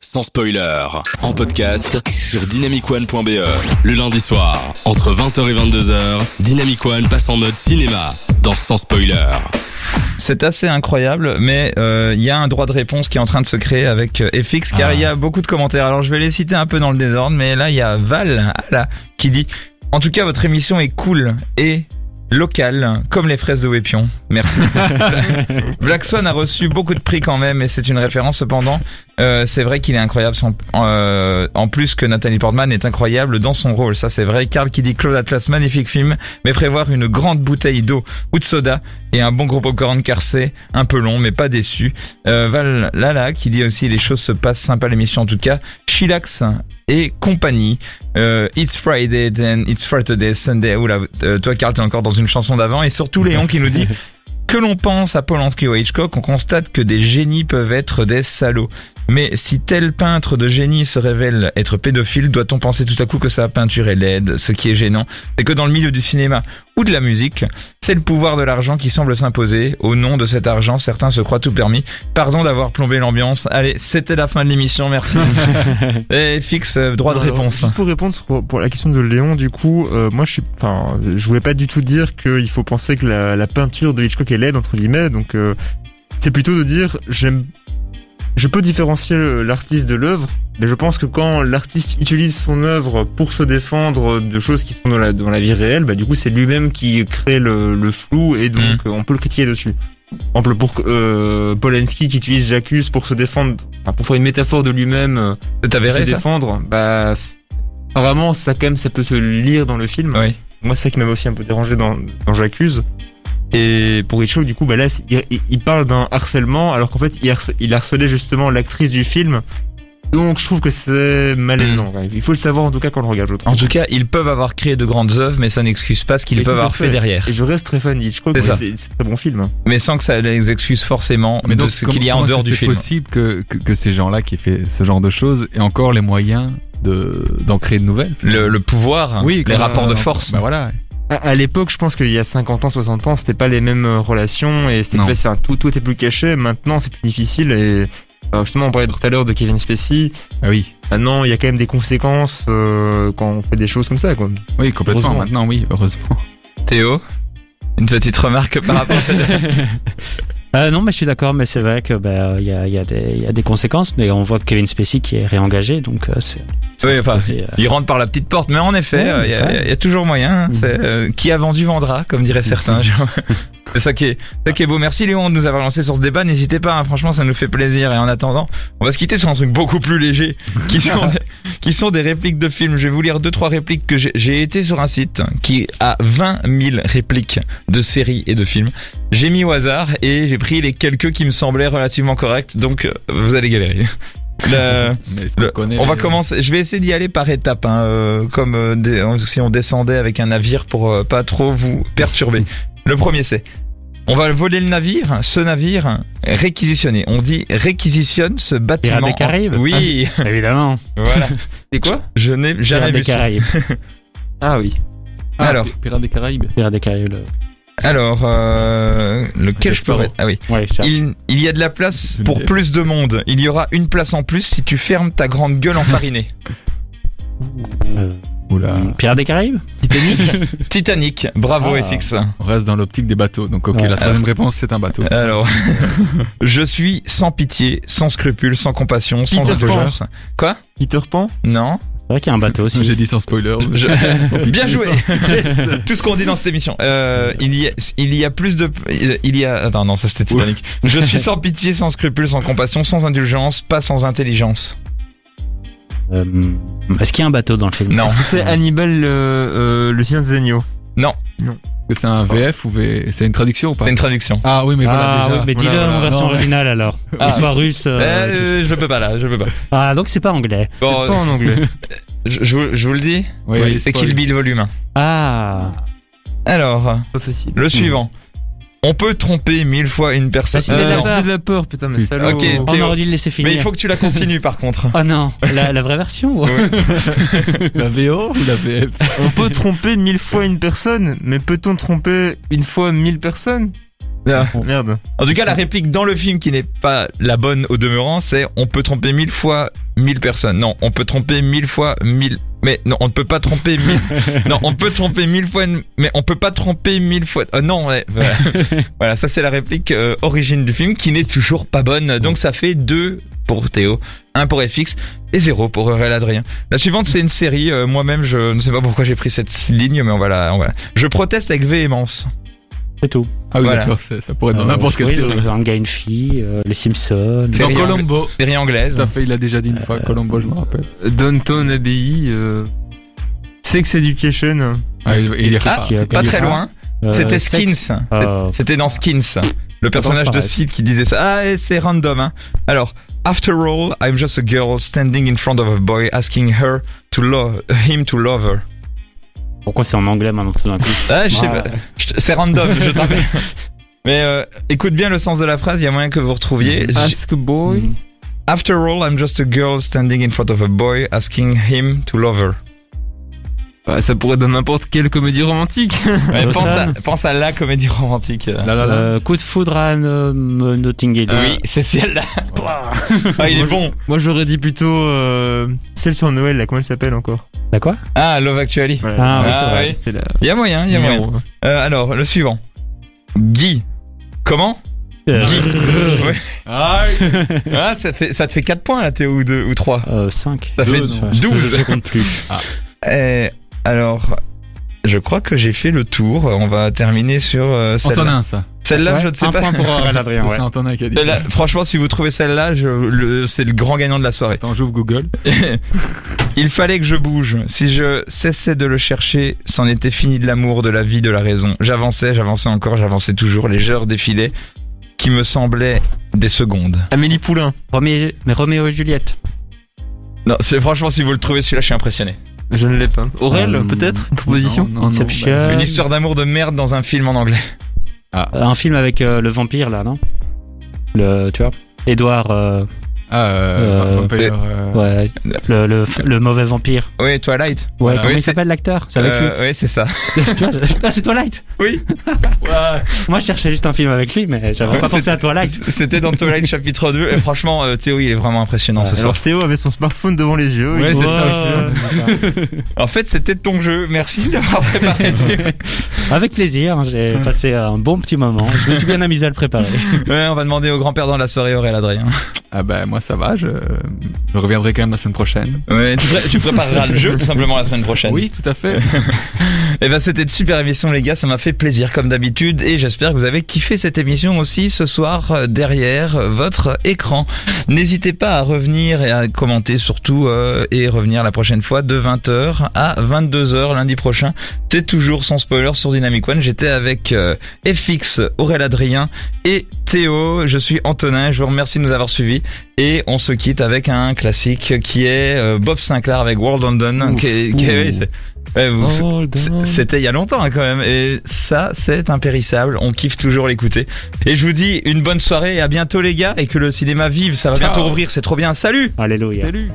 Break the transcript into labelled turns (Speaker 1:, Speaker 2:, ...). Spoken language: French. Speaker 1: sans spoiler, en podcast sur dynamicone.be. E, Le lundi soir, entre 20h et 22h, Dynamic One passe en mode cinéma dans Sans spoiler.
Speaker 2: C'est assez incroyable, mais euh, il y a un droit de réponse qui est en train de se créer avec euh, FX, car
Speaker 1: Ah.
Speaker 2: il y a beaucoup de commentaires. Alors je vais les citer un peu dans le désordre, mais là il y a Val ah là, qui dit « En tout cas, votre émission est cool et locale, comme les fraises de Wépion. Merci. Black Swan a reçu beaucoup de prix quand même, et c'est une référence. Cependant, euh, c'est vrai qu'il est incroyable, sans- euh, en plus que Nathalie Portman est incroyable dans son rôle. Ça c'est vrai. Karl qui dit « Claude Atlas, magnifique film, mais prévoir une grande bouteille d'eau ou de soda et un bon gros popcorn car c'est un peu long mais pas déçu. Euh, Val Lala qui dit aussi les choses se passent sympa l'émission en tout cas. Chillax et compagnie. Euh, it's Friday then it's Saturday Sunday. Oula, euh, toi Carl t'es encore dans une chanson d'avant et surtout Léon qui nous dit que l'on pense à Polanski ou à Hitchcock, on constate que des génies peuvent être des salauds. Mais si tel peintre de génie se révèle être pédophile, doit-on penser tout à coup que sa peinture est laide Ce qui est gênant, c'est que dans le milieu du cinéma ou de la musique, c'est le pouvoir de l'argent qui semble s'imposer. Au nom de cet argent, certains se croient tout permis. Pardon d'avoir plombé l'ambiance. Allez, c'était la fin de l'émission, merci. Et fixe, euh, droit de
Speaker 3: Alors,
Speaker 2: réponse.
Speaker 3: Juste pour répondre pour, pour la question de Léon, du coup, euh, moi je suis, enfin, je voulais pas du tout dire qu'il faut penser que la, la peinture de Hitchcock est laide entre guillemets, donc euh, c'est plutôt de dire j'aime, je peux différencier le- l'artiste de l'œuvre, mais je pense que quand l'artiste utilise son œuvre pour se défendre de choses qui sont dans la, dans la vie réelle, bah du coup c'est lui-même qui crée le, le flou et donc
Speaker 2: Mm.
Speaker 3: euh, on peut le critiquer dessus. Par exemple, pour euh, Polanski qui utilise J'accuse pour se défendre, enfin, pour faire une métaphore de lui-même. euh,
Speaker 2: T'avais
Speaker 3: se
Speaker 2: raison.
Speaker 3: défendre, bah f- apparemment ça quand même ça peut se lire dans le film.
Speaker 2: Oui.
Speaker 3: Moi c'est ça qui m'avait aussi un peu dérangé dans, dans J'accuse. Et pour Hitchcock du coup bah là c'est- il, il- il parle d'un harcèlement alors qu'en fait il, harce- il harcelait justement l'actrice du film. Donc je trouve que c'est
Speaker 2: Mm.
Speaker 3: malaisant. ouais. Il faut le savoir en tout cas quand on le regarde. je trouve.
Speaker 2: En tout cas, ils peuvent avoir créé de grandes œuvres, mais ça n'excuse pas ce qu'ils
Speaker 3: Et
Speaker 2: peuvent
Speaker 3: tout à
Speaker 2: avoir fait derrière.
Speaker 3: Et je reste très fan d'Hitchcock.
Speaker 2: C'est
Speaker 3: ouais,
Speaker 2: ça.
Speaker 3: C'est c'est un très bon film.
Speaker 2: mais sans que ça les excuse forcément de
Speaker 4: donc,
Speaker 2: ce
Speaker 4: comment-
Speaker 2: qu'il y a en
Speaker 4: comment est-ce
Speaker 2: dehors
Speaker 4: que
Speaker 2: du
Speaker 4: c'est
Speaker 2: film.
Speaker 4: possible que, que, que ces gens-là qui fait ce genre de choses aient encore les moyens de d'en créer de nouvelles.
Speaker 2: Le, le pouvoir,
Speaker 4: Oui,
Speaker 2: les
Speaker 4: comme-
Speaker 2: rapports de force.
Speaker 4: Bah voilà.
Speaker 3: À, à l'époque, je pense qu'il y a 50 ans, 60 ans, c'était pas les mêmes euh, relations et c'était
Speaker 4: Non.
Speaker 3: plus facile. Enfin, tout, tout était plus caché. Maintenant, c'est plus difficile et alors, justement, on parlait tout à l'heure de Kevin Spacey.
Speaker 4: Ah oui.
Speaker 3: Maintenant, il y a quand même des conséquences euh, quand on fait des choses comme ça, quoi.
Speaker 4: Oui, complètement.
Speaker 3: Heureusement.
Speaker 4: Maintenant, oui, heureusement.
Speaker 2: Théo, une petite remarque par rapport à cette...
Speaker 5: Euh, non, mais je suis d'accord, mais c'est vrai que ben, euh, il y, a, il y a des- il y a des conséquences, mais on voit que Kevin Spacey qui est réengagé, donc euh, c'est.
Speaker 2: Oui,
Speaker 5: c'est-
Speaker 2: enfin,
Speaker 5: c'est, euh,
Speaker 2: il rentre par la petite porte, mais en effet,
Speaker 5: Ouais,
Speaker 2: euh, il y a-
Speaker 5: ouais. Mm.
Speaker 2: il y, a toujours moyen. hein. C'est, euh, qui a vendu vendra, comme diraient certains. je- C'est ça qui est, ça qui est beau. Merci Léon de nous avoir lancé sur ce débat. N'hésitez pas, hein, franchement, ça nous fait plaisir. Et en attendant, on va se quitter sur un truc beaucoup plus léger, qui sont des, qui sont des répliques de films. Je vais vous lire deux trois répliques que j'ai- j'ai été sur un site qui a 20 000 répliques de séries et de films. J'ai mis au hasard et j'ai pris les quelques qui me semblaient relativement correctes. Donc, euh, vous allez galérer. Le-
Speaker 4: Mais est-ce qu'on
Speaker 2: Le-
Speaker 4: connaît
Speaker 2: on va
Speaker 5: Euh,
Speaker 4: les-
Speaker 2: commencer. Je vais essayer d'y aller par étapes, hein, euh, comme euh, des- euh, si on descendait avec un navire pour euh, pas trop vous perturber. Le premier c'est, on va voler le navire, ce navire réquisitionné. On dit réquisitionne ce bâtiment.
Speaker 5: des Caraïbes Ah,
Speaker 2: Oui,
Speaker 5: Évidemment.
Speaker 2: voilà.
Speaker 3: C'est quoi
Speaker 2: Je n'ai jamais
Speaker 5: Pirates
Speaker 2: vu
Speaker 5: des
Speaker 2: ça.
Speaker 5: Caraïbes.
Speaker 3: Ah oui.
Speaker 4: Ah,
Speaker 2: Alors.
Speaker 4: Pi- Pirates des Caraïbes.
Speaker 5: Pirates des Caraïbes. le-
Speaker 2: Alors, euh, lequel je
Speaker 4: Gasparo.
Speaker 2: pourrais Ah oui.
Speaker 5: Ouais, ça.
Speaker 2: Il, il y a de la place
Speaker 4: Une
Speaker 2: pour
Speaker 4: idée.
Speaker 2: plus de monde. Il y aura une place en plus si tu fermes ta grande gueule enfarinée.
Speaker 5: Euh,
Speaker 4: Oula.
Speaker 5: Pirates des Caraïbes
Speaker 2: Titanic. Bravo
Speaker 5: Ah.
Speaker 2: FX.
Speaker 4: On reste dans l'optique des bateaux. Donc, ok,
Speaker 5: Ouais.
Speaker 4: la troisième réponse, c'est un bateau.
Speaker 2: Alors, je suis sans pitié, sans scrupule, sans compassion, sans
Speaker 3: Peter Pan.
Speaker 2: indulgence. Quoi
Speaker 3: Peter Pan
Speaker 2: Non
Speaker 5: C'est vrai qu'il y a un bateau aussi.
Speaker 4: J'ai dit sans spoiler.
Speaker 2: Je-
Speaker 4: Sans pitié,
Speaker 2: Bien joué
Speaker 4: sans-
Speaker 2: Tout ce qu'on dit dans cette émission. Euh, il, y a, il y a plus de... Il y a... Attends, non, ça c'était Titanic. Je suis sans pitié, sans scrupule, sans compassion, sans indulgence, pas sans intelligence.
Speaker 5: Euh, Est-ce qu'il y a un bateau dans le film
Speaker 2: Non.
Speaker 3: Est-ce que c'est Hannibal, euh, euh, le silence des agneaux
Speaker 4: Est-ce que C'est un VF ou V- c'est une traduction ou pas
Speaker 2: Ah. C'est une traduction.
Speaker 4: Ah oui, mais voilà
Speaker 5: ah
Speaker 4: déjà.
Speaker 5: oui, mais dis-le
Speaker 4: Voilà,
Speaker 5: en version
Speaker 4: non, mais-
Speaker 5: originale alors.
Speaker 2: Ah.
Speaker 5: Histoire russe. euh,
Speaker 2: Euh, je peux pas là, je peux pas.
Speaker 5: tout- Ah, donc c'est pas anglais.
Speaker 2: Bon,
Speaker 3: Pas en anglais.
Speaker 2: je, je vous- je vous le dis,
Speaker 4: Oui, oui,
Speaker 2: c'est
Speaker 4: spoil.
Speaker 2: Kill Bill volume 1.
Speaker 5: Ah,
Speaker 2: Alors,
Speaker 3: Pas Euh, facile.
Speaker 2: le suivant. On peut tromper mille fois une personne.
Speaker 5: Ah, c'était
Speaker 2: Euh,
Speaker 5: la
Speaker 2: non.
Speaker 5: peur.
Speaker 3: C'était de la peur, putain, mais
Speaker 4: Putain.
Speaker 3: salaud.
Speaker 2: Ok,
Speaker 5: Oh, on
Speaker 2: Théo.
Speaker 5: aurait dû le laisser finir.
Speaker 2: Mais il faut que tu la continues par contre.
Speaker 5: Oh non, la, la vraie version
Speaker 2: Ouais.
Speaker 4: La VO ou la VF
Speaker 2: Ah
Speaker 3: On peut tromper mille fois une personne, mais peut-on tromper une fois mille personnes Ah, Merde.
Speaker 2: En tout cas, la réplique dans le film qui n'est pas la bonne au demeurant, c'est on peut tromper mille fois mille personnes. Non, on peut tromper mille fois mille. Mais non, on ne peut pas tromper mille. non, on peut tromper mille fois. une- Mais on peut pas tromper mille fois. Ah non, ouais, voilà. Voilà, ça c'est la réplique euh, origine du film qui n'est toujours pas bonne. Donc ça fait deux pour Théo, un pour FX et zéro pour Aurel Adrien. La suivante c'est une série. euh, Moi-même, je ne sais pas pourquoi j'ai pris cette ligne, mais on va la. on va la- Je proteste avec véhémence.
Speaker 5: C'est tout.
Speaker 4: Ah oui,
Speaker 2: Voilà.
Speaker 4: d'accord, c'est- ça pourrait être dans
Speaker 5: Euh,
Speaker 4: n'importe quelle
Speaker 5: oui,
Speaker 4: série.
Speaker 5: Un gars, une fille, euh, les Simpsons.
Speaker 2: C'est
Speaker 4: Dans
Speaker 2: rien. Euh,
Speaker 4: Colombo.
Speaker 2: Série anglaise.
Speaker 4: Tout à fait, il l'a déjà dit une fois, Colombo, je me rappelle.
Speaker 3: Downton Abbey. euh, Sex Education.
Speaker 4: Ah, il, il est
Speaker 2: Ah,
Speaker 5: Qu'est-ce qu'il y a
Speaker 2: pas très loin.
Speaker 5: Euh,
Speaker 2: C'était Skins.
Speaker 5: sexe.
Speaker 2: C'est-
Speaker 5: Euh,
Speaker 2: C'était dans Skins. Le personnage de
Speaker 5: pareil.
Speaker 2: Sid qui disait ça. Ah, et c'est random. Hein. Alors, after all, I'm just a girl standing in front of a boy asking her to love him to love her.
Speaker 5: Pourquoi c'est en anglais maintenant tout d'un coup
Speaker 2: Ah, je sais
Speaker 5: Ah.
Speaker 2: pas. Je- C'est random, je te rappelle. Mais euh, écoute bien le sens de la phrase, il y a moyen que vous retrouviez. J-
Speaker 3: Ask
Speaker 5: Mm.
Speaker 3: Boy.
Speaker 2: After all, I'm just a girl standing in front of a boy asking him to love her.
Speaker 3: Bah, ça pourrait être dans n'importe quelle comédie romantique.
Speaker 2: Ouais,
Speaker 5: Awesome.
Speaker 2: pense, à, pense à la comédie romantique. euh.
Speaker 4: Là, là, là.
Speaker 5: Euh, Coup de foudre à euh, Notting Hill.
Speaker 2: Oui, c'est celle-là. ah, il est bon.
Speaker 3: Moi j'aurais dit plutôt euh, celle sur Noël, là, comment elle s'appelle encore
Speaker 5: Bah quoi
Speaker 2: Ah, Love Actually.
Speaker 3: Ouais.
Speaker 5: Ah, oui, c'est
Speaker 2: Ah,
Speaker 5: vrai.
Speaker 2: oui.
Speaker 3: C'est la
Speaker 2: Il y a moyen, il y a moyen.
Speaker 3: numéro.
Speaker 2: Euh, alors, le suivant. Guy. Comment
Speaker 5: Euh,
Speaker 2: Guy. Ouais.
Speaker 4: Ah,
Speaker 2: Ah, ça, fait, ça te fait 4 points là, Théo, ou 2 ou 3
Speaker 5: Euh, 5.
Speaker 2: Ça fait
Speaker 5: Je,
Speaker 2: 12.
Speaker 5: je compte plus.
Speaker 2: Et Eh, alors, je crois que j'ai fait le tour. On va terminer sur euh, celle-là.
Speaker 4: Antonin, ça.
Speaker 2: Celle-là,
Speaker 5: Ouais,
Speaker 2: je ne sais
Speaker 5: un
Speaker 2: pas.
Speaker 5: point pour Aurel Adrien. ouais.
Speaker 4: C'est Antonin qui a dit. ça.
Speaker 2: Celle-là, franchement, si vous trouvez celle-là, je- le- c'est le grand gagnant de la soirée.
Speaker 4: Attends, j'ouvre Google.
Speaker 2: Il fallait que je bouge. Si je cessais de le chercher, c'en était fini de l'amour, de la vie, de la raison. J'avançais, j'avançais encore, j'avançais toujours. Les heures défilaient, qui me semblaient des secondes.
Speaker 3: Amélie Poulain.
Speaker 5: Romé- mais Roméo et Juliette.
Speaker 2: Non, c'est franchement, si vous le trouvez, celui-là, je suis impressionné.
Speaker 3: Je ne l'ai pas. Aurel,
Speaker 5: Euh,
Speaker 3: peut-être Proposition
Speaker 4: Non, non, non,
Speaker 5: Inception.
Speaker 4: bah,
Speaker 2: Une
Speaker 5: Euh,
Speaker 2: histoire d'amour de merde dans un film en anglais. Ah.
Speaker 5: Euh, Un film avec euh, le vampire là, non Le, tu vois Edouard, euh,
Speaker 4: Ah, euh,
Speaker 5: Euh,
Speaker 4: Vampire, euh,
Speaker 5: ouais, le, le, le mauvais vampire.
Speaker 2: Oui, Twilight.
Speaker 5: Ouais,
Speaker 4: Ah,
Speaker 5: comment
Speaker 2: oui,
Speaker 5: il
Speaker 2: c'est-
Speaker 5: s'appelle l'acteur C'est avec
Speaker 2: Euh, oui, c'est ça.
Speaker 5: lui. Tu vois, je- Ah, c'est Twilight
Speaker 2: Oui.
Speaker 5: Moi, je cherchais juste un film avec lui, mais j'avais
Speaker 2: Ouais,
Speaker 5: pas pensé
Speaker 2: c'est-
Speaker 5: à Twilight.
Speaker 2: C'était dans Twilight chapitre 2. Et franchement, euh, Théo, il est vraiment impressionnant ce soir.
Speaker 3: Alors Théo avait son smartphone devant les yeux.
Speaker 4: Ouais,
Speaker 3: il-
Speaker 4: c'est ça hein.
Speaker 5: Ouais.
Speaker 2: En fait, c'était ton jeu. Merci de l'avoir préparé. Théo.
Speaker 5: Avec plaisir, hein, j'ai passé un bon petit moment. Je me suis bien amusé à le préparer.
Speaker 2: ouais, on va demander au grand-père dans la soirée, Aurélien Adrien.
Speaker 4: Ah bah moi ça va, je, je reviendrai quand même la semaine prochaine.
Speaker 2: Ouais, tu, pré- tu prépareras le jeu tout simplement la semaine prochaine.
Speaker 4: Oui, tout à fait.
Speaker 2: Et ben c'était une super émission les gars, ça m'a fait plaisir comme d'habitude et j'espère que vous avez kiffé cette émission aussi ce soir euh, derrière euh, votre écran. N'hésitez pas à revenir et à commenter surtout euh, et revenir la prochaine fois de 20h à 22h lundi prochain. C'est toujours sans spoiler sur Dynamic One. J'étais avec euh, FX, Aurélien Adrien et Théo. Je suis Antonin, je vous remercie de nous avoir suivis et on se quitte avec un classique qui est euh, Bob Sinclair avec World London.
Speaker 5: Ouf,
Speaker 2: qui- qui-
Speaker 5: ouh.
Speaker 2: oui, c'est- ouais, vous- C-
Speaker 5: C'est
Speaker 2: C'était il y a longtemps hein, quand même et ça c'est impérissable, on kiffe toujours l'écouter. Et je vous dis une bonne soirée et à bientôt les gars et que le cinéma vive, ça va
Speaker 4: Ciao.
Speaker 2: bientôt rouvrir, c'est trop bien. Salut
Speaker 5: Alléluia.
Speaker 4: Salut